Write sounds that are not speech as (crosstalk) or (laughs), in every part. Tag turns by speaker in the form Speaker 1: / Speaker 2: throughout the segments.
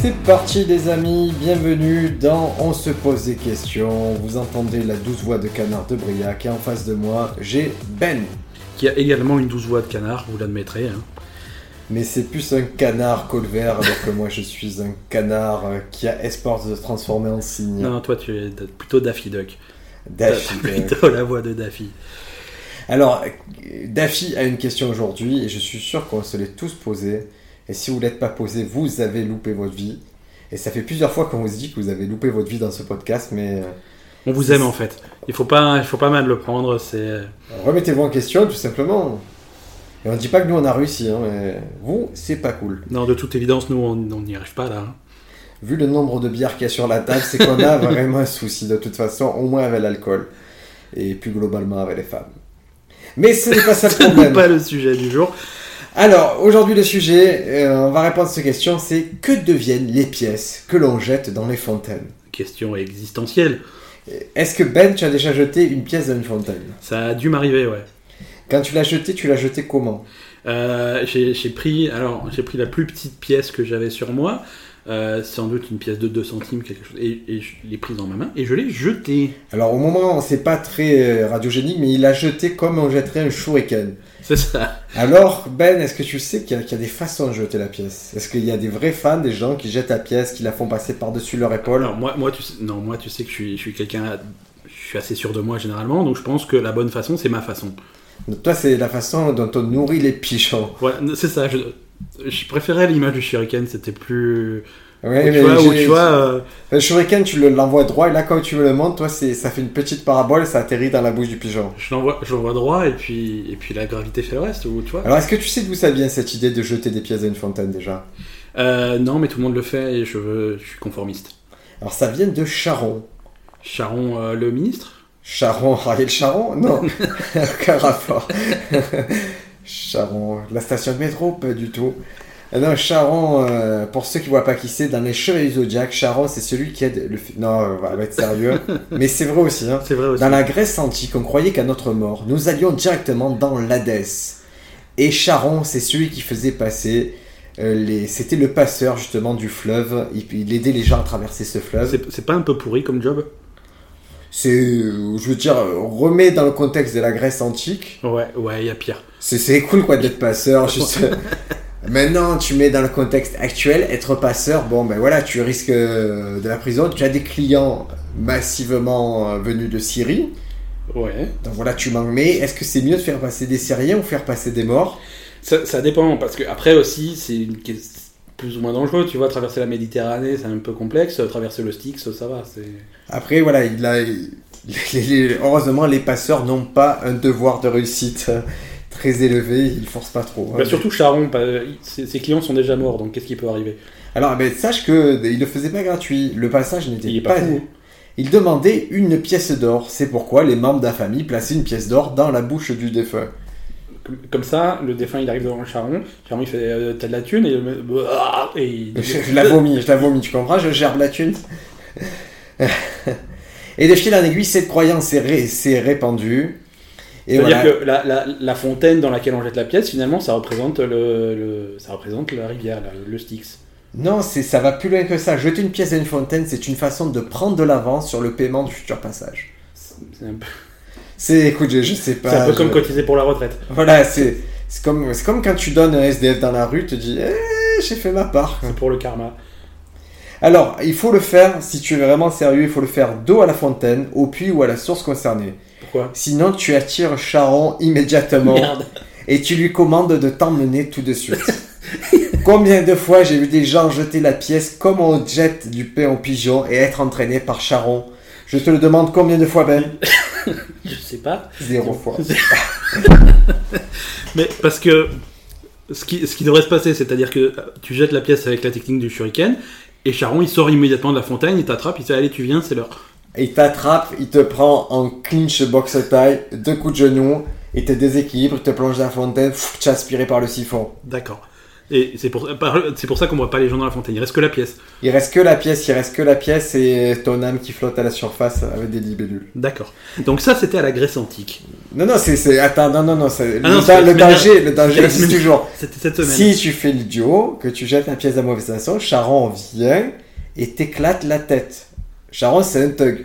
Speaker 1: c'est parti les amis, bienvenue dans On se pose des questions. Vous entendez la douce voix de canard de Briac et en face de moi j'ai Ben.
Speaker 2: Qui a également une douce voix de canard, vous l'admettrez. hein.
Speaker 1: Mais c'est plus un canard colvert alors que moi je suis un canard euh, qui a espoir de se transformer en cygne.
Speaker 2: Non, non, toi tu es plutôt Daffy Duck. T'as-
Speaker 1: Daffy,
Speaker 2: t'as
Speaker 1: euh,
Speaker 2: plutôt la voix de Daffy.
Speaker 1: Alors, euh, Daffy a une question aujourd'hui et je suis sûr qu'on se l'est tous posée. Et si vous l'êtes pas posée, vous avez loupé votre vie. Et ça fait plusieurs fois qu'on vous dit que vous avez loupé votre vie dans ce podcast, mais euh,
Speaker 2: On vous aime en fait. Il faut pas, il faut pas mal le prendre. C'est euh,
Speaker 1: remettez-vous en question tout simplement. Et on dit pas que nous on a réussi, hein, mais vous, c'est pas cool.
Speaker 2: non, de toute évidence, nous on on n'y arrive pas là. hein.
Speaker 1: Vu le nombre de bières qu'il y a sur la table, c'est qu'on
Speaker 2: (laughs)
Speaker 1: a vraiment un souci de toute façon, au moins avec l'alcool. Et plus globalement avec les femmes. Mais ce n'est pas ça le
Speaker 2: (laughs) Ce n'est
Speaker 1: problème.
Speaker 2: pas le sujet du jour.
Speaker 1: Alors, aujourd'hui, le sujet, euh, on va répondre à cette question, c'est que deviennent les pièces que l'on jette dans les fontaines
Speaker 2: Question existentielle.
Speaker 1: Est-ce que Ben, tu as déjà jeté une pièce dans une fontaine
Speaker 2: Ça a dû m'arriver, ouais.
Speaker 1: Quand tu l'as jetée, tu l'as jetée comment
Speaker 2: Euh, j'ai j'ai pris, alors j'ai pris la plus petite pièce que j'avais sur moi, euh, sans doute une pièce de 2 centimes, quelque chose, et, et je l'ai prise dans ma main et je l'ai jetée.
Speaker 1: Alors, au moment, c'est pas très euh, radiogénique, mais il l'a jetée comme on jetterait un shuriken.
Speaker 2: C'est ça.
Speaker 1: Alors, Ben, est-ce que tu sais qu'il y, a- qu'il y a des façons de jeter la pièce Est-ce qu'il y a des vrais fans, des gens qui jettent la pièce, qui la font passer par-dessus leur épaule
Speaker 2: Alors moi, moi, tu sais, non, moi, tu sais que je suis, je suis quelqu'un, à- je suis assez sûr de moi généralement, donc je pense que la bonne façon, c'est ma façon.
Speaker 1: Donc, Toi, c'est la façon dont on nourrit les pigeons.
Speaker 2: Voilà, c'est ça. Je, je préférais l'image du shuriken, c'était plus.
Speaker 1: Ouais,
Speaker 2: tu vois, ou
Speaker 1: j'ai-
Speaker 2: tu vois, euh,
Speaker 1: Le shuriken, tu le- l'envoies droit, et là, quand tu me le montres, toi, c'est, ça fait une petite parabole, ça atterrit dans la bouche du pigeon.
Speaker 2: je l'envoie, je l'envoie droit et puis, et puis la gravité fait le reste, ou tu vois.
Speaker 1: Alors, est-ce que tu sais d'où ça vient, cette idée de jeter des pièces à une fontaine, déjà
Speaker 2: Euh, non, mais tout le monde le fait et je, veux- je suis conformiste.
Speaker 1: Alors, ça vient de Charon.
Speaker 2: Charon, euh, le ministre.
Speaker 1: Charon, Ariel Charon Non, aucun rapport. Charon, la station de métro, pas du tout. Euh, Non, Charon, euh, pour ceux qui voient pas qui c'est, dans les Chevaliers du Zodiac, Charon, c'est celui qui aide le... fi- Non, euh, on va être sérieux, mais c'est vrai aussi, hein.
Speaker 2: C'est vrai aussi.
Speaker 1: Dans la Grèce antique, on croyait qu'à notre mort, nous allions directement dans l'Hadès. Et Charon, c'est celui qui faisait passer euh, les. C'était le passeur justement du fleuve. Il, il aidait les gens à traverser ce fleuve.
Speaker 2: C'est c'est pas un peu pourri comme job
Speaker 1: C'est, euh, je veux dire, euh, on remet dans le contexte de la Grèce antique.
Speaker 2: Ouais, ouais, il y a pire.
Speaker 1: C'est, c'est cool quoi d'être passeur. Juste... euh, Maintenant, tu mets dans le contexte actuel, être passeur, bon ben voilà, tu risques euh, de la prison. Tu as des clients massivement euh, venus de Syrie.
Speaker 2: Ouais.
Speaker 1: Donc voilà, tu manques. Mais est-ce que c'est mieux de faire passer des Syriens ou faire passer des morts
Speaker 2: Ça, ça dépend, parce que après aussi, c'est une question plus ou moins dangereux. Tu vois, traverser la Méditerranée, c'est un peu complexe. euh, Traverser le Styx, ça va. c'est...
Speaker 1: Après, voilà, il a... il- les- les- heureusement, les passeurs n'ont pas un devoir de réussite euh, très élevé. Ils forcent pas trop. hein.
Speaker 2: Bah, surtout Charon, pas- il- ses, ses clients sont déjà morts, donc qu'est-ce qui peut arriver
Speaker 1: Alors, ben, sache que il le faisait pas gratuit. Le passage
Speaker 2: Il
Speaker 1: n'était
Speaker 2: est pas
Speaker 1: pas.
Speaker 2: fou.
Speaker 1: il demandait une pièce d'or. C'est pourquoi les membres de la famille plaçaient une pièce d'or dans la bouche du défunt.
Speaker 2: Comme, comme ça, le défunt, il arrive devant Charon. Charon, il fait euh, T'as de la thune Et, le mec, Bah, et il...
Speaker 1: Je la vomis, je la vomis, tu comprends Je gerbe la thune. Et de fil en aiguille, cette croyance est, ré- s'est répandue. Et
Speaker 2: C'est-à-dire
Speaker 1: voilà.
Speaker 2: que la, la- la fontaine dans laquelle on jette la pièce, finalement, ça représente, le, le- ça représente la rivière, la- le Styx.
Speaker 1: Non, c'est ça va plus loin que ça. Jeter une pièce à une fontaine, c'est une façon de prendre de l'avance sur le paiement du futur passage.
Speaker 2: C'est c'est un peu,
Speaker 1: C'est, écoute, je, je sais pas.
Speaker 2: c'est un peu
Speaker 1: Bah, je-
Speaker 2: comme cotiser pour la retraite.
Speaker 1: Voilà, c'est c'est comme c'est comme quand tu donnes un SDF dans la rue, tu dis, eh, j'ai fait ma part.
Speaker 2: C'est pour le karma.
Speaker 1: Alors, il faut le faire. Si tu es vraiment sérieux, il faut le faire dos à la fontaine, au puits ou à la source concernée.
Speaker 2: Pourquoi
Speaker 1: Sinon, tu attires Charon immédiatement.
Speaker 2: Merde. (laughs)
Speaker 1: et tu lui commandes de t'emmener tout de suite. (laughs) Combien de fois j'ai vu des gens jeter la pièce comme on jette du pain aux pigeons et être entraîné par Charon Je te le demande combien de fois, Ben
Speaker 2: Je sais pas.
Speaker 1: Zéro fois.
Speaker 2: Mais parce que ce qui, ce qui devrait se passer, c'est-à-dire que euh, tu jettes la pièce avec la technique du shuriken, et Charon il sort immédiatement de la fontaine, il t'attrape, il te dit allez tu viens, c'est l'heure.
Speaker 1: Il t'attrape, il te prend en clinch boxe taille, deux coups de genou, il te déséquilibre, il te plonge dans la fontaine, pff, tu es aspiré par le siphon.
Speaker 2: D'accord. Et c'est pour, par- c'est pour ça qu'on voit pas les gens dans la fontaine. Il reste que la pièce.
Speaker 1: Il reste que la pièce, il reste que la pièce et ton âme qui flotte à la surface avec des libellules.
Speaker 2: D'accord. Donc ça, c'était à la Grèce antique.
Speaker 1: Non, non, c'est. c'est- Attends, non, non, non. c'est-
Speaker 2: Ah
Speaker 1: le,
Speaker 2: non,
Speaker 1: da-
Speaker 2: c'est la
Speaker 1: le
Speaker 2: semaine
Speaker 1: danger,
Speaker 2: dernière.
Speaker 1: le danger
Speaker 2: C'est la
Speaker 1: existe
Speaker 2: semaine-
Speaker 1: toujours.
Speaker 2: C'était cette semaine.
Speaker 1: Si tu fais l'idiot, que tu jettes la pièce à mauvaise façon, Charon vient et t'éclate la tête. Charon, c'est un thug.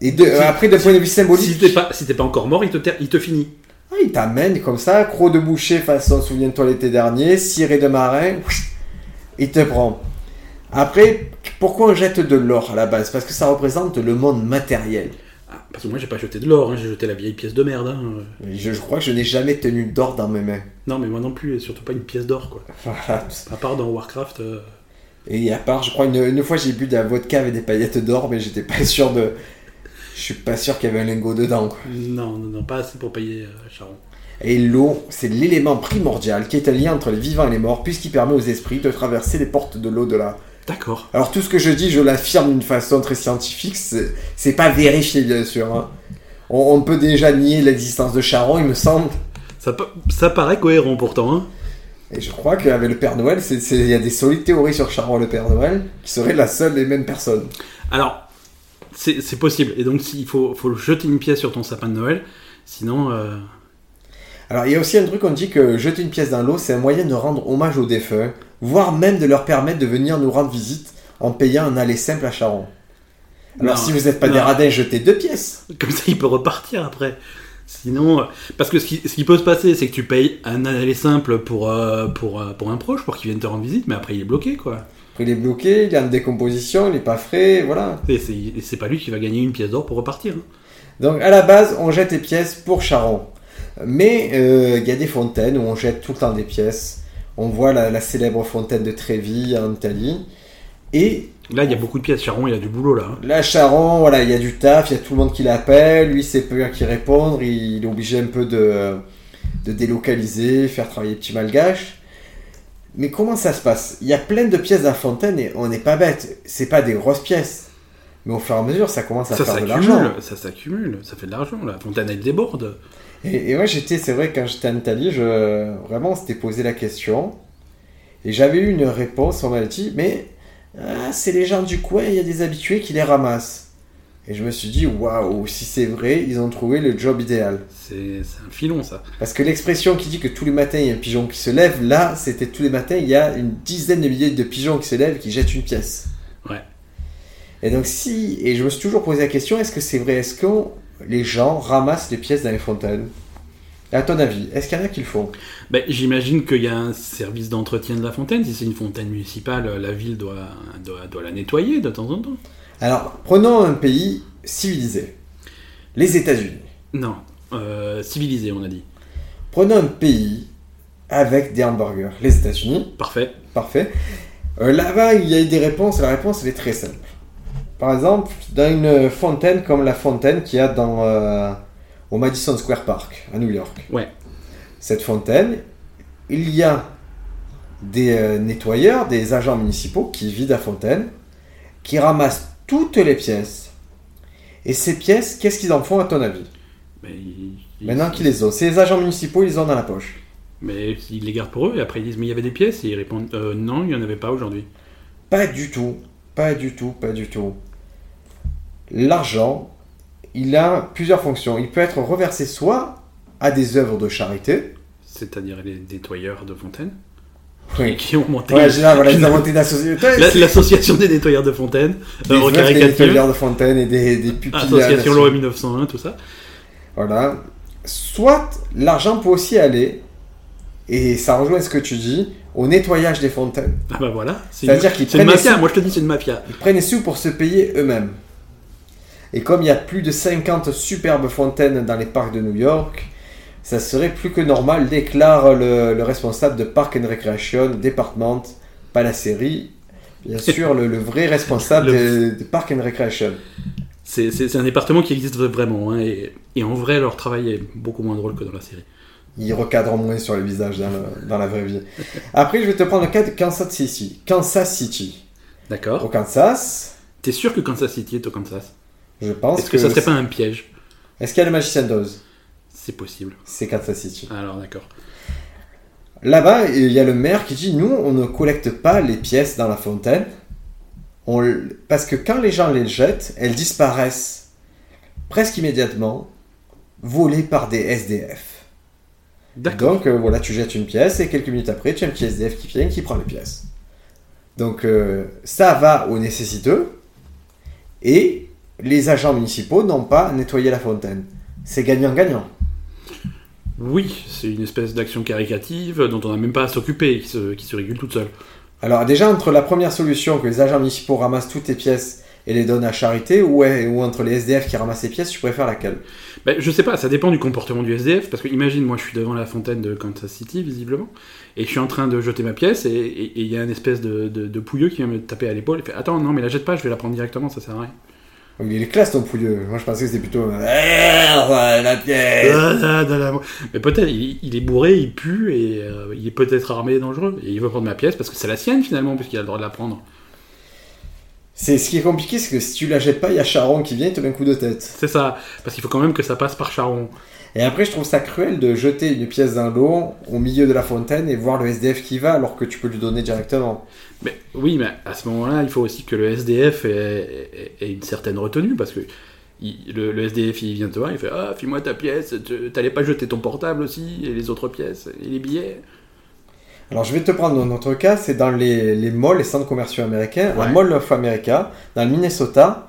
Speaker 1: Et de, euh, après, d'un point de vue symbolique,
Speaker 2: Si t'es pas, si t'es pas encore mort, il te, ter- il te finit.
Speaker 1: ah, il t'amène comme ça, croc de boucher façon, souviens-toi l'été dernier, ciré de marin, il te prend. Après, pourquoi on jette de l'or à la base Parce que ça représente le monde matériel.
Speaker 2: Ah, parce que moi, j'ai pas jeté de l'or, hein, j'ai jeté la vieille pièce de merde. hein.
Speaker 1: Je, je crois que je n'ai jamais tenu d'or dans mes mains.
Speaker 2: Non, mais moi non plus, et surtout pas une pièce d'or, quoi.
Speaker 1: Voilà.
Speaker 2: À part dans Warcraft. euh,
Speaker 1: (laughs) Et à part, je crois, une, une fois j'ai bu de la vodka avec des paillettes d'or, mais j'étais pas (laughs) sûr de. Je suis pas sûr qu'il y avait un lingot dedans. quoi.
Speaker 2: Non, non, non, pas assez pour payer euh, Charon.
Speaker 1: Et l'eau, c'est l'élément primordial qui est un lien entre les vivants et les morts, puisqu'il permet aux esprits de traverser les portes de l'au-delà.
Speaker 2: D'accord.
Speaker 1: Alors tout ce que je dis, je l'affirme d'une façon très scientifique, c'est c'est pas vérifié bien sûr. hein. On, on peut déjà nier l'existence de Charon, il me semble.
Speaker 2: Ça, pa- ça paraît cohérent pourtant. Hein.
Speaker 1: Et je crois qu'avec le Père Noël, c'est- c'est- il y a des solides théories sur Charon et le Père Noël qui seraient la seule et même personne.
Speaker 2: Alors, c'est c'est possible. Et donc, si- il faut, faut jeter une pièce sur ton sapin de Noël. Sinon, euh, (laughs)
Speaker 1: Alors, il y a aussi un truc, on dit que jeter une pièce dans l'eau, c'est un moyen de rendre hommage aux défunts, voire même de leur permettre de venir nous rendre visite en payant un aller simple à Charon. Alors,
Speaker 2: Non,
Speaker 1: si vous n'êtes pas des
Speaker 2: non.
Speaker 1: radins, jetez deux pièces.
Speaker 2: comme ça, il peut repartir après. Sinon, euh, parce que ce qui, ce qui peut se passer, c'est que tu payes un aller simple pour, euh, pour, euh, pour un proche, pour qu'il vienne te rendre visite, mais après, il est bloqué, quoi.
Speaker 1: Après, il est bloqué, il est en décomposition, il n'est pas frais, voilà.
Speaker 2: Et c'est et c'est pas lui qui va gagner une pièce d'or pour repartir. hein.
Speaker 1: Donc, à la base, on jette des pièces pour Charon. Mais euh, il y a des fontaines où on jette tout le temps des pièces. On voit la, la célèbre fontaine de Trévi en Italie. Et
Speaker 2: Là, il y a beaucoup de pièces. Charon, il a du boulot, là. hein.
Speaker 1: Là, Charon, voilà, il y a du taf, il y a tout le monde qui l'appelle, lui, c'est peu à qui répondre, il, il est obligé un peu de, de délocaliser, faire travailler les petits malgaches. Mais comment ça se passe Il y a plein de pièces à la fontaine et on n'est pas bête, c'est pas des grosses pièces. Mais au fur et à mesure, ça commence à
Speaker 2: Ça
Speaker 1: faire de l'argent.
Speaker 2: s'accumule, ça s'accumule, ça fait de l'argent, là. Fontaine, elle déborde.
Speaker 1: Et, et moi, j'étais, c'est vrai, quand j'étais en Italie, je, vraiment, on s'était posé la question. Et j'avais eu une réponse, on m'avait dit, mais ah, c'est les gens du coin, il y a des habitués qui les ramassent. Et je me suis dit, waouh, si c'est vrai, ils ont trouvé le job idéal.
Speaker 2: C'est c'est un filon, ça.
Speaker 1: Parce que l'expression qui dit que tous les matins, il y a un pigeon qui se lève, là, c'était tous les matins, il y a une dizaine de milliers de pigeons qui se lèvent, qui jettent une pièce.
Speaker 2: Ouais.
Speaker 1: Et donc, si, et je me suis toujours posé la question, est-ce que c'est vrai Est-ce que les gens ramassent les pièces dans les fontaines À ton avis, est-ce qu'il y en a qui le font
Speaker 2: Ben, J'imagine qu'il y a un service d'entretien de la fontaine. Si c'est une fontaine municipale, la ville doit, doit, doit la nettoyer de temps en temps.
Speaker 1: Alors, prenons un pays civilisé, les États-Unis.
Speaker 2: Non, euh, civilisé, on a dit.
Speaker 1: Prenons un pays avec des hamburgers, les États-Unis.
Speaker 2: Parfait.
Speaker 1: Parfait. Euh, Là-bas, il y a eu des réponses. La réponse, elle est très simple. Par exemple, dans une fontaine comme la fontaine qu'il y a dans, euh, au Madison Square Park, à New York.
Speaker 2: Ouais.
Speaker 1: Cette fontaine, il y a des euh, nettoyeurs, des agents municipaux qui vident la fontaine, qui ramassent toutes les pièces. Et ces pièces, qu'est-ce qu'ils en font à ton avis
Speaker 2: Mais ils, ils-
Speaker 1: Maintenant qu'ils les ont, c'est les agents municipaux, ils les ont dans la poche.
Speaker 2: mais ils les gardent pour eux et après ils disent mais il y avait des pièces et ils répondent Euh, non, il n'y en avait pas aujourd'hui.
Speaker 1: Pas du tout, pas du tout, pas du tout. L'argent, il a plusieurs fonctions. Il peut être reversé soit à des œuvres de charité.
Speaker 2: C'est-à-dire les nettoyeurs de fontaines
Speaker 1: Oui.
Speaker 2: (laughs) qui ont monté
Speaker 1: Ouais, j'ai- là, voilà, ils ont monté une association.
Speaker 2: (laughs) La- l'association des nettoyeurs de fontaines,
Speaker 1: Des
Speaker 2: euh,
Speaker 1: veufs, des
Speaker 2: recaricative,
Speaker 1: nettoyeurs de fontaine et des, des pupilles.
Speaker 2: Ah, association
Speaker 1: à la-
Speaker 2: loi 1901, tout ça.
Speaker 1: Voilà. Soit l'argent peut aussi aller, et ça rejoint ce que tu dis, au nettoyage des fontaines.
Speaker 2: Ah bah voilà, c'est une,
Speaker 1: C'est-à-dire qu'ils
Speaker 2: c'est une
Speaker 1: prennent les
Speaker 2: mafia. Moi je te dis c'est une mafia.
Speaker 1: Ils prennent les sous pour se payer eux-mêmes. Et comme il y a plus de 50 superbes fontaines dans les parcs de New York, ça serait plus que normal, déclare le, le responsable de Park and Recreation Department, pas la série,
Speaker 2: (laughs)
Speaker 1: bien sûr, le, le vrai responsable
Speaker 2: Le-
Speaker 1: de, de Park and Recreation.
Speaker 2: C'est- C'est c'est un département qui existe vraiment, hein, et, et en vrai, leur travail est beaucoup moins drôle que dans la série.
Speaker 1: Ils recadrent moins sur les visages dans, le- dans la vraie vie. Après, je vais te prendre le cas de Kansas City. Kansas City. Au
Speaker 2: D'accord
Speaker 1: Kansas,
Speaker 2: T'es sûr que Kansas City est au Kansas
Speaker 1: je pense
Speaker 2: Est-ce que, ça serait pas un piège
Speaker 1: Est-ce qu'il y a le magicien d'Oz
Speaker 2: C'est possible.
Speaker 1: C'est Kansas City.
Speaker 2: Alors, d'accord.
Speaker 1: Là-bas, il y a le maire qui dit nous, on ne collecte pas les pièces dans la fontaine, on l- parce que quand les gens les jettent, elles disparaissent presque immédiatement, volées par des SDF.
Speaker 2: D'accord.
Speaker 1: Donc euh, voilà, tu jettes une pièce et quelques minutes après, tu as un petit SDF qui vient qui prend les pièces. Donc euh, ça va aux nécessiteux et les agents municipaux n'ont pas nettoyé la fontaine. C'est gagnant-gagnant.
Speaker 2: Oui, c'est une espèce d'action caricative dont on n'a même pas à s'occuper, qui se, qui se régule toute seule.
Speaker 1: Alors déjà entre la première solution que les agents municipaux ramassent toutes tes pièces et les donnent à charité, ou, ouais, ou entre les SDF qui ramassent les pièces, tu préfères laquelle
Speaker 2: Ben, je sais pas, ça dépend du comportement du SDF, parce que imagine, moi je suis devant la fontaine de Kansas City, visiblement, et je suis en train de jeter ma pièce, et et- et il y a une espèce de, de, de pouilleux qui vient me taper à l'épaule, et fait Attends, non, mais la jette pas, je vais la prendre directement, ça sert à rien.
Speaker 1: Il est classe ton pouilleux. Moi je pensais que c'était plutôt euh, Merde, la pièce.
Speaker 2: Ah, là, là, là, moi. Mais peut-être, il, il est bourré, il pue, et euh, il est peut-être armé et dangereux, et il veut prendre ma pièce, parce que c'est la sienne finalement, puisqu'il a le droit de la prendre.
Speaker 1: C'est ce qui est compliqué, c'est que si tu la jettes pas, il y a Charon qui vient et te met un coup de tête.
Speaker 2: C'est ça, parce qu'il faut quand même que ça passe par Charon.
Speaker 1: Et après je trouve ça cruel de jeter une pièce dans l'eau au milieu de la fontaine et voir le SDF qui va alors que tu peux lui donner directement.
Speaker 2: Mais oui, mais à ce moment-là, il faut aussi que le SDF ait, ait- ait une certaine retenue, parce que il- le, le SDF, il vient te voir, il fait Ah, file-moi ta pièce, tu- t'allais pas jeter ton portable aussi, et les autres pièces, et les billets.
Speaker 1: Alors je vais te prendre dans notre cas, c'est dans les, les malls, les centres commerciaux américains, un
Speaker 2: Ouais.
Speaker 1: mall of America, dans le Minnesota.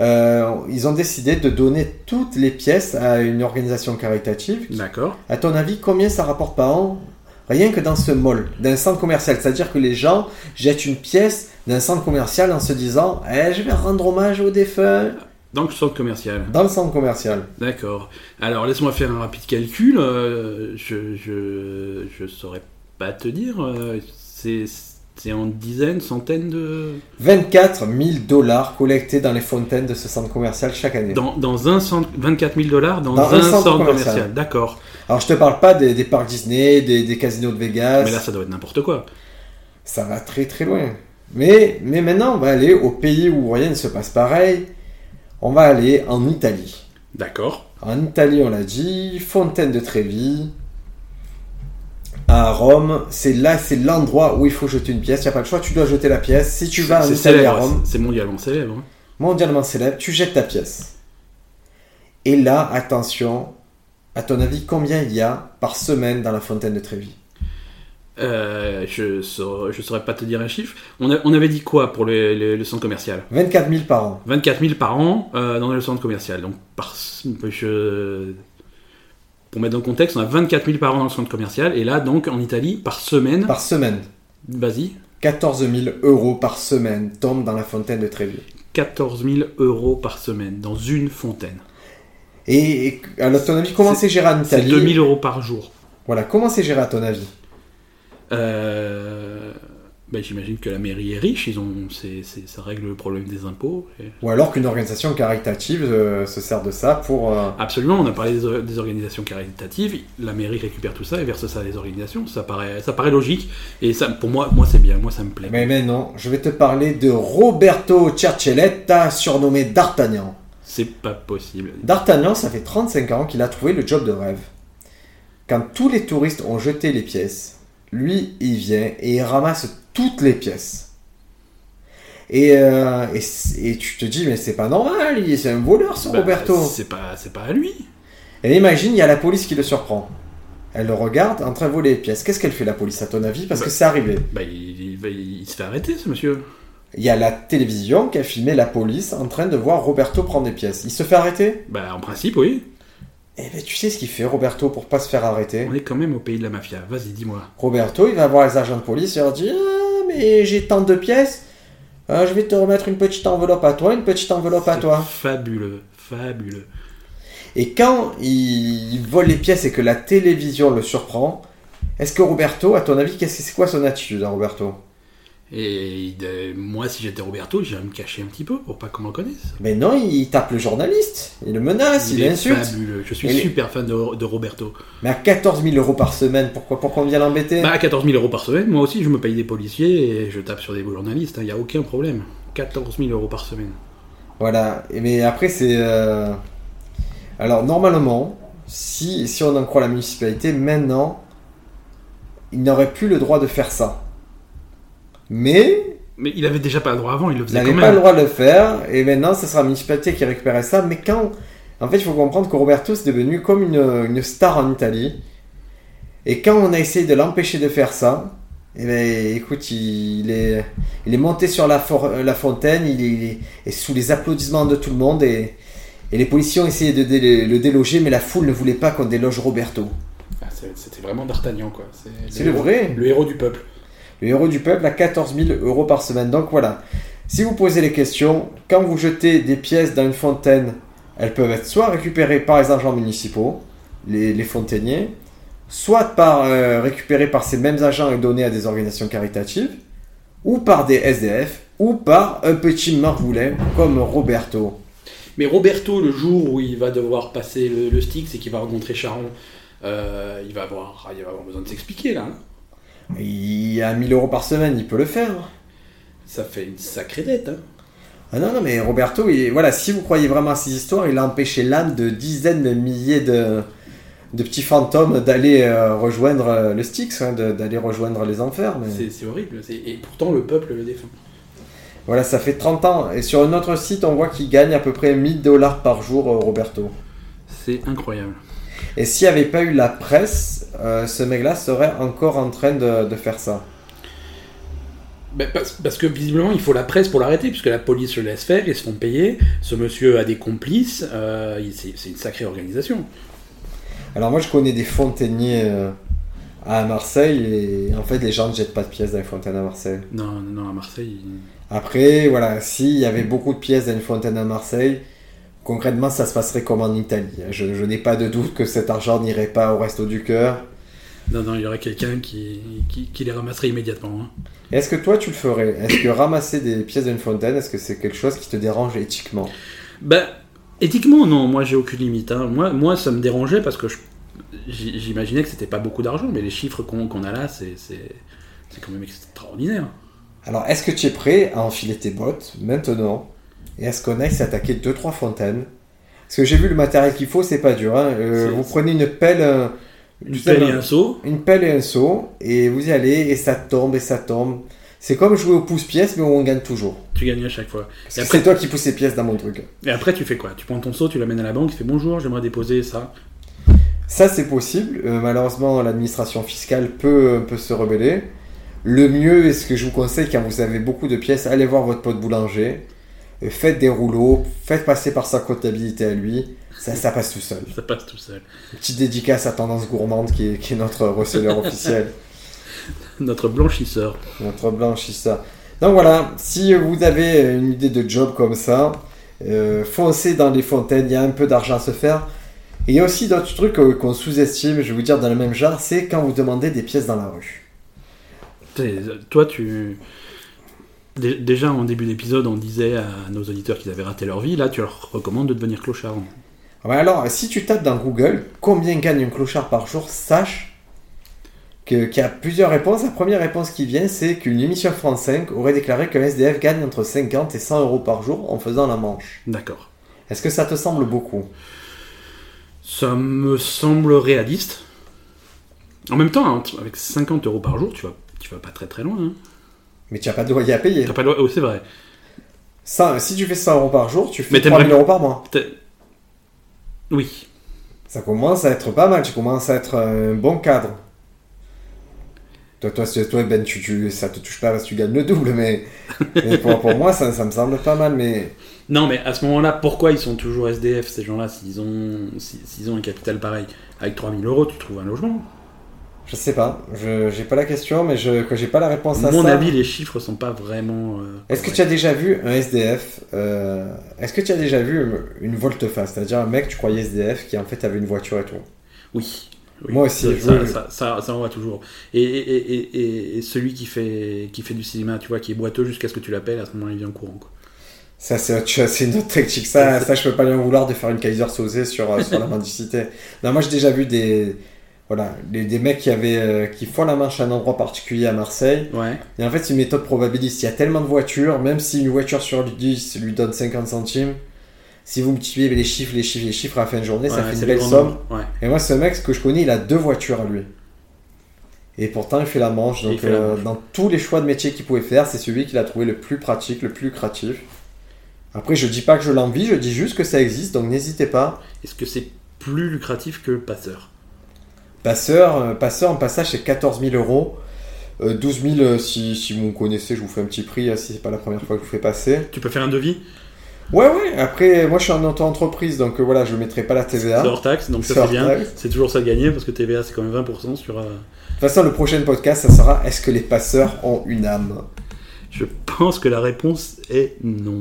Speaker 1: euh, ils ont décidé de donner toutes les pièces à une organisation caritative.
Speaker 2: D'accord.
Speaker 1: À ton avis, combien ça rapporte par an Rien que dans ce mall, d'un centre commercial. C'est-à-dire que les gens jettent une pièce d'un centre commercial en se disant Eh, je vais rendre hommage aux défunts
Speaker 2: Donc, centre commercial.
Speaker 1: dans le centre commercial.
Speaker 2: D'accord. Alors, laisse-moi faire un rapide calcul. euh, je, je, je saurais pas te dire. euh, c'est c'est en dizaines, centaines de.
Speaker 1: 24 000 dollars collectés dans les fontaines de ce centre commercial chaque année.
Speaker 2: Dans, dans un centre. 24 000 dollars dans,
Speaker 1: Dans
Speaker 2: un, centre, commercial. D'accord.
Speaker 1: Alors je te parle pas des, des parcs Disney, des, des casinos de Vegas.
Speaker 2: Mais là, ça doit être n'importe quoi.
Speaker 1: ça va très très loin. Mais, mais maintenant, on va aller au pays où rien ne se passe pareil. On va aller en Italie.
Speaker 2: D'accord.
Speaker 1: En Italie, on l'a dit, Fontaine de Trévi. À Rome, c'est là, c'est l'endroit où il faut jeter une pièce. Il n'y a pas le choix, tu dois jeter la pièce. Si tu vas en
Speaker 2: C'est
Speaker 1: Italie à
Speaker 2: célèbre,
Speaker 1: Rome,
Speaker 2: c'est- c'est mondialement célèbre. hein.
Speaker 1: mondialement célèbre, tu jettes ta pièce. Et là, attention, à ton avis, combien il y a par semaine dans la Fontaine de Trévi
Speaker 2: Euh, je saurais, je saurais pas te dire un chiffre. On, a- on avait dit quoi pour le, le- le centre commercial
Speaker 1: 24 000 par an.
Speaker 2: 24 000 par an euh, dans le centre commercial. Donc, par, je- pour mettre dans le contexte, on a 24 000 par an dans le centre commercial. Et là, donc, en Italie, par semaine,
Speaker 1: Par semaine.
Speaker 2: vas-y,
Speaker 1: 14 000 euros par semaine tombent dans la fontaine de Trévi.
Speaker 2: 14 000 euros par semaine dans une fontaine.
Speaker 1: Et, et à ton avis, comment
Speaker 2: C'est-
Speaker 1: c'est géré en
Speaker 2: C'est
Speaker 1: Italie
Speaker 2: 2 000 euros par jour.
Speaker 1: Voilà, comment c'est géré à ton avis
Speaker 2: Euh, ben, J'imagine que la mairie est riche, ils ont, c'est- c'est- ça règle le problème des impôts. et-
Speaker 1: Ou alors qu'une organisation caritative euh, se sert de ça pour... euh,
Speaker 2: Absolument, on a parlé des, or- des organisations caritatives, la mairie récupère tout ça et verse ça à des organisations, ça paraît, ça paraît logique, et ça, pour moi, moi c'est bien, moi ça me plaît.
Speaker 1: Mais, mais non, je vais te parler de Roberto Cercelletta, surnommé D'Artagnan.
Speaker 2: C'est pas possible.
Speaker 1: D'Artagnan, ça fait 35 ans qu'il a trouvé le job de rêve. Quand tous les touristes ont jeté les pièces, lui, il vient et il ramasse toutes les pièces. Et, euh, et c- et tu te dis, mais c'est pas normal, il- c'est un voleur ce
Speaker 2: Bah,
Speaker 1: Roberto.
Speaker 2: C'est pas, c'est pas à lui.
Speaker 1: Et imagine, il y a la police qui le surprend. Elle le regarde en train de voler les pièces. Qu'est-ce qu'elle fait la police à ton avis Parce que
Speaker 2: Bah.
Speaker 1: c'est arrivé.
Speaker 2: Bah, il, il va- il se fait arrêter ce monsieur.
Speaker 1: Il y a la télévision qui a filmé la police en train de voir Roberto prendre des pièces. Il se fait arrêter
Speaker 2: Bah, en principe, oui.
Speaker 1: Eh ben tu sais ce qu'il fait Roberto pour pas se faire arrêter
Speaker 2: On est quand même au pays de la mafia. Vas-y, dis-moi.
Speaker 1: Roberto, il va voir les agents de police et leur dit Ah, mais j'ai tant de pièces, Euh, je vais te remettre une petite enveloppe à toi, une petite enveloppe à
Speaker 2: C'est
Speaker 1: toi.
Speaker 2: Fabuleux, fabuleux.
Speaker 1: Et quand il, il vole les pièces et que la télévision le surprend, est-ce que Roberto, à ton avis, qu'est-ce que- c'est quoi son attitude, hein, Roberto
Speaker 2: Et il- euh, moi, si j'étais Roberto, j'irais me cacher un petit peu pour pas qu'on me reconnaisse.
Speaker 1: Mais Ben non, il tape le journaliste, il le menace, il,
Speaker 2: est
Speaker 1: l'insulte.
Speaker 2: fabuleux. Je suis
Speaker 1: Il est-
Speaker 2: super fan de, de Roberto.
Speaker 1: Mais à 14 000 euros par semaine, pourquoi, pourquoi on vient l'embêter
Speaker 2: Bah, 14 000 euros par semaine, moi aussi je me paye des policiers et je tape sur des journalistes, il n'y a aucun problème. 14 000 euros par semaine.
Speaker 1: Voilà, Et mais après c'est... euh, Alors normalement, si, si on en croit la municipalité, maintenant, il n'aurait plus le droit de faire ça. Mais
Speaker 2: Mais il avait déjà pas le droit avant, il le
Speaker 1: il
Speaker 2: faisait quand
Speaker 1: n'avait
Speaker 2: même.
Speaker 1: pas le droit de le faire, et maintenant ce sera la municipalité qui récupérait ça. Mais quand. En fait, il faut comprendre que Roberto est devenu comme une, une star en Italie. Et quand on a essayé de l'empêcher de faire ça, eh ben, écoute, il, il est, il est monté sur la, for- la fontaine, il est, il est- et sous les applaudissements de tout le monde, et, et les policiers ont essayé de dé- le déloger, mais la foule ne voulait pas qu'on déloge Roberto.
Speaker 2: Ah, c'est- C'était vraiment d'Artagnan, quoi.
Speaker 1: C'est le
Speaker 2: héros-
Speaker 1: vrai.
Speaker 2: Le héros du peuple.
Speaker 1: Le héros du peuple à 14 000 euros par semaine. Donc voilà. Si vous posez les questions, quand vous jetez des pièces dans une fontaine, elles peuvent être soit récupérées par les agents municipaux, les, les fontainiers, soit par, euh, récupérées par ces mêmes agents et données à des organisations caritatives, ou par des SDF, ou par un petit marvoulet comme Roberto.
Speaker 2: Mais Roberto, le jour où il va devoir passer le, le stick, c'est qu'il va rencontrer Charon. euh, il, va avoir, ah, il va avoir besoin de s'expliquer là. hein.
Speaker 1: Il a 1000 euros par semaine, il peut le faire.
Speaker 2: Ça fait une sacrée dette. hein.
Speaker 1: Ah non, non, mais Roberto, il- voilà, si vous croyez vraiment à ces histoires, il a empêché l'âme de dizaines de milliers de, de petits fantômes d'aller euh, rejoindre euh, le Styx, hein, de- d'aller rejoindre les enfers. mais-
Speaker 2: C'est- C'est horrible. c'est- Et pourtant, le peuple le défend.
Speaker 1: Voilà, ça fait 30 ans. Et sur notre site, on voit qu'il gagne à peu près 1000 dollars par jour, euh, Roberto.
Speaker 2: C'est incroyable.
Speaker 1: Et s'il n'y avait pas eu la presse, euh, ce mec-là serait encore en train de, de faire ça.
Speaker 2: Ben, parce, parce que visiblement, il faut la presse pour l'arrêter, puisque la police le laisse faire, ils se font payer. Ce monsieur a des complices. euh, il- c'est c'est une sacrée organisation.
Speaker 1: Alors moi, je connais des fontainiers euh, à Marseille, et en fait, les gens ne jettent pas de pièces dans les fontaines à Marseille.
Speaker 2: Non, non, non, à Marseille. il-
Speaker 1: Après, voilà, s'il y avait beaucoup de pièces dans une fontaine à Marseille, concrètement, ça se passerait comme en Italie. Je, je n'ai pas de doute que cet argent n'irait pas au resto du cœur.
Speaker 2: Non, non, il y aurait quelqu'un qui, qui, qui les ramasserait immédiatement. hein.
Speaker 1: Est-ce que toi, tu le ferais Est-ce que ramasser des pièces d'une fontaine, est-ce que c'est quelque chose qui te dérange éthiquement
Speaker 2: Ben, éthiquement, non, moi j'ai aucune limite. hein. Moi, moi, ça me dérangeait parce que je- j'i- j'imaginais que c'était pas beaucoup d'argent, mais les chiffres qu'on qu'on a là, c'est c'est- c'est quand même extraordinaire.
Speaker 1: Alors, est-ce que tu es prêt à enfiler tes bottes maintenant Et est-ce qu'on aille s'attaquer deux trois fontaines Parce que j'ai vu le matériel qu'il faut, c'est pas dur. hein. Euh,
Speaker 2: C'est-
Speaker 1: vous prenez une pelle... euh,
Speaker 2: Une
Speaker 1: tout
Speaker 2: pelle et
Speaker 1: simplement.
Speaker 2: un seau.
Speaker 1: une pelle et un seau, et vous y allez, et ça tombe, et ça tombe. C'est comme jouer au pouce-pièce, mais où on gagne toujours.
Speaker 2: tu gagnes à chaque fois.
Speaker 1: Parce
Speaker 2: Et
Speaker 1: que
Speaker 2: après-
Speaker 1: c'est toi qui pousses les pièces dans mon truc.
Speaker 2: Et après, tu fais quoi Tu prends ton seau, tu l'amènes à la banque, tu fais bonjour, j'aimerais déposer ça.
Speaker 1: Ça, c'est possible. Euh, malheureusement, l'administration fiscale peut, peut se rebeller. Le mieux, et ce que je vous conseille quand vous avez beaucoup de pièces, allez voir votre pote boulanger. Euh, Faites des rouleaux, faites passer par sa comptabilité à lui. Ça, ça passe tout seul.
Speaker 2: Ça passe tout seul. (laughs)
Speaker 1: Petite dédicace à Tendance Gourmande, qui est, qui est notre
Speaker 2: (laughs)
Speaker 1: receleur officiel.
Speaker 2: Notre blanchisseur.
Speaker 1: Notre blanchisseur. Donc voilà, si vous avez une idée de job comme ça, euh, foncez dans les fontaines, il y a un peu d'argent à se faire. Et il y a aussi d'autres trucs euh, qu'on sous-estime, je vais vous dire dans le même genre, c'est quand vous demandez des pièces dans la rue.
Speaker 2: T'es- Toi, tu. Dé- Déjà en début d'épisode, on disait à nos auditeurs qu'ils avaient raté leur vie. Là, tu leur recommandes de devenir clochard.
Speaker 1: Ouais, Ah ben alors, si tu tapes dans Google combien gagne un clochard par jour, sache que- qu'il y a plusieurs réponses. La première réponse qui vient, c'est qu'une émission France 5 aurait déclaré qu'un SDF gagne entre 50 et 100 euros par jour en faisant la manche.
Speaker 2: D'accord.
Speaker 1: Est-ce que ça te semble beaucoup
Speaker 2: Ça me semble réaliste. En même temps, hein, avec 50 euros par jour, tu vas, tu vas pas très très loin. hein.
Speaker 1: Mais tu n'as pas de loyer à payer.
Speaker 2: T'as pas le droit- oh, c'est vrai.
Speaker 1: Ça, si tu fais 100 euros par jour, tu fais
Speaker 2: Mais
Speaker 1: 3
Speaker 2: t'aimerais-
Speaker 1: 000 euros par mois.
Speaker 2: T'as- Oui.
Speaker 1: Ça commence à être pas mal, tu commences à être un bon cadre. Toi, toi, c'est- toi Ben, tu, tu- ça te touche pas parce que tu gagnes le double,
Speaker 2: (laughs)
Speaker 1: mais, mais pour, pour moi, ça, ça me semble pas mal. Mais
Speaker 2: Non, mais à ce moment-là, pourquoi ils sont toujours SDF, ces gens-là, s'ils ont, si- s'ils ont un capital pareil Avec 3000 euros, tu trouves un logement.
Speaker 1: je sais pas, je j'ai pas la question, mais je que j'ai pas la réponse à
Speaker 2: mon
Speaker 1: ça.
Speaker 2: avis, les chiffres sont pas vraiment. euh,
Speaker 1: Est-ce que
Speaker 2: corrects.
Speaker 1: tu as déjà vu un SDF euh, Est-ce que tu as déjà vu une volte-face C'est-à-dire un mec, tu croyais SDF, qui en fait avait une voiture et tout.
Speaker 2: Oui. Oui.
Speaker 1: Moi aussi,
Speaker 2: Ça-
Speaker 1: je-
Speaker 2: ça, ça, ça- ça, on voit toujours. Et, et- et- et- et celui qui fait, qui fait du cinéma, tu vois, qui est boiteux jusqu'à ce que tu l'appelles, à ce moment-là, il vient courant. Quoi.
Speaker 1: Ça, c'est autre chose, (laughs) c'est une autre technique. Ça, ça, je peux pas lui en vouloir de faire une Kaiser sausée sur, euh, sur la mendicité. Non, moi, j'ai déjà vu des, voilà, des, des mecs qui avaient, euh, qui font la marche à un endroit particulier à Marseille.
Speaker 2: Ouais.
Speaker 1: Et en fait, c'est une méthode probabiliste. Il y a tellement de voitures, même si une voiture sur 10 lui donne 50 centimes, si vous multipliez les chiffres, les chiffres, les chiffres à la fin de journée, ça
Speaker 2: Ouais,
Speaker 1: fait
Speaker 2: c'est
Speaker 1: une
Speaker 2: le
Speaker 1: belle
Speaker 2: grand
Speaker 1: somme.
Speaker 2: nombre. Ouais.
Speaker 1: Et moi, ce mec, ce que je connais, il a deux voitures à lui. Et pourtant, il fait la manche.
Speaker 2: Il
Speaker 1: Donc,
Speaker 2: fait la
Speaker 1: euh,
Speaker 2: manche.
Speaker 1: dans tous les choix de métier qu'il pouvait faire, c'est celui qu'il a trouvé le plus pratique, le plus créatif. Après, je dis pas que je l'envie, je dis juste que ça existe, donc n'hésitez pas.
Speaker 2: Est-ce que c'est plus lucratif que passeur
Speaker 1: Passeur, euh, passeur en passage, c'est 14 000 euros. Euh, 12 000, euh, si, si vous me connaissez, je vous fais un petit prix, euh, si c'est pas la première fois que je vous fais passer.
Speaker 2: Tu peux faire un devis,
Speaker 1: Ouais, ouais, après, moi je suis en auto-entreprise, donc euh, voilà, je mettrai pas la TVA.
Speaker 2: c'est
Speaker 1: De
Speaker 2: hors taxe, donc
Speaker 1: Ah. C'est
Speaker 2: ça c'est
Speaker 1: hors
Speaker 2: bien.
Speaker 1: taxe.
Speaker 2: C'est toujours ça de gagner parce que TVA c'est quand même 20% sur. euh,
Speaker 1: toute façon, le prochain podcast, ça sera Est-ce que les passeurs ont une âme
Speaker 2: Je pense que la réponse est non.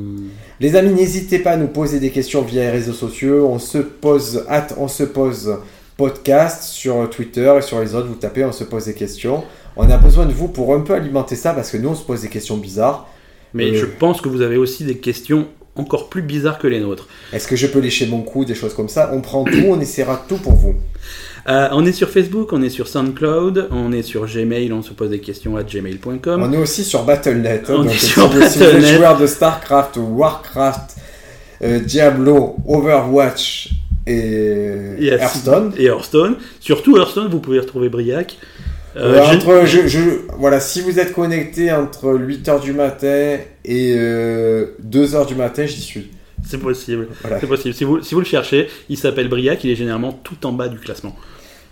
Speaker 1: Les amis, n'hésitez pas à nous poser des questions via les réseaux sociaux. On se pose, hâte, on se pose podcast sur Twitter et sur les autres. Vous tapez, on se pose des questions. On a besoin de vous pour un peu alimenter ça parce que nous, on se pose des questions bizarres.
Speaker 2: Mais
Speaker 1: Euh.
Speaker 2: je pense que vous avez aussi des questions encore plus bizarres que les nôtres.
Speaker 1: Est-ce que je peux lécher mon cou Des choses comme ça. On prend tout, on essaiera tout pour vous.
Speaker 2: Euh, on est sur Facebook, on est sur SoundCloud, on est sur Gmail, on se pose des questions à gmail.com.
Speaker 1: On est aussi sur BattleNet. hein,
Speaker 2: On
Speaker 1: donc
Speaker 2: est
Speaker 1: si
Speaker 2: sur
Speaker 1: vous si vous êtes
Speaker 2: Battle.net.
Speaker 1: joueur de StarCraft ou WarCraft, euh, Diablo, Overwatch et
Speaker 2: Et à-
Speaker 1: Hearthstone,
Speaker 2: Et Hearthstone. Surtout Hearthstone, vous pouvez retrouver Briac. Euh,
Speaker 1: Euh,
Speaker 2: j'ai-
Speaker 1: entre, je, je- voilà, si vous êtes connecté entre 8h du matin et 2h du matin, j'y suis.
Speaker 2: C'est possible.
Speaker 1: Voilà.
Speaker 2: C'est possible. Si vous, si vous le cherchez, il s'appelle Briac, il est généralement tout en bas du classement.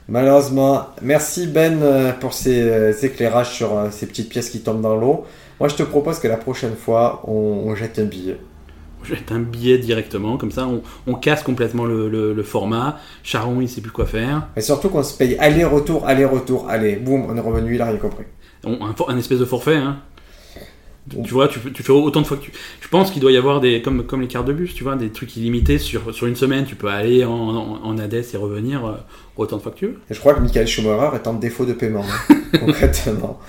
Speaker 1: Malheureusement, merci Ben euh, pour ces euh, éclairages sur euh, ces petites pièces qui tombent dans l'eau. Moi, je te propose que la prochaine fois, on, on jette un billet.
Speaker 2: Jette un billet directement, comme ça on, on casse complètement le, le- le format. Charon, il sait plus quoi faire.
Speaker 1: Et surtout qu'on se paye aller-retour, aller-retour, allez, boum, on est revenu, il a rien compris.
Speaker 2: On- un, for- un espèce de forfait, hein. Tu- Tu vois, tu, fais- tu fais autant de fois que tu. Je pense qu'il doit y avoir des. Comme, comme les cartes de bus, tu vois, des trucs illimités sur, sur une semaine. Tu peux aller en, en, en Adès et revenir euh, autant de fois que tu veux.
Speaker 1: Et je crois que Michael Schumacher est en défaut de paiement, hein, (laughs) concrètement.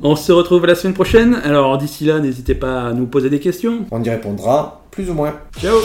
Speaker 2: On se retrouve la semaine prochaine. Alors d'ici là, n'hésitez pas à nous poser des questions.
Speaker 1: On y répondra, plus ou moins.
Speaker 2: Ciao!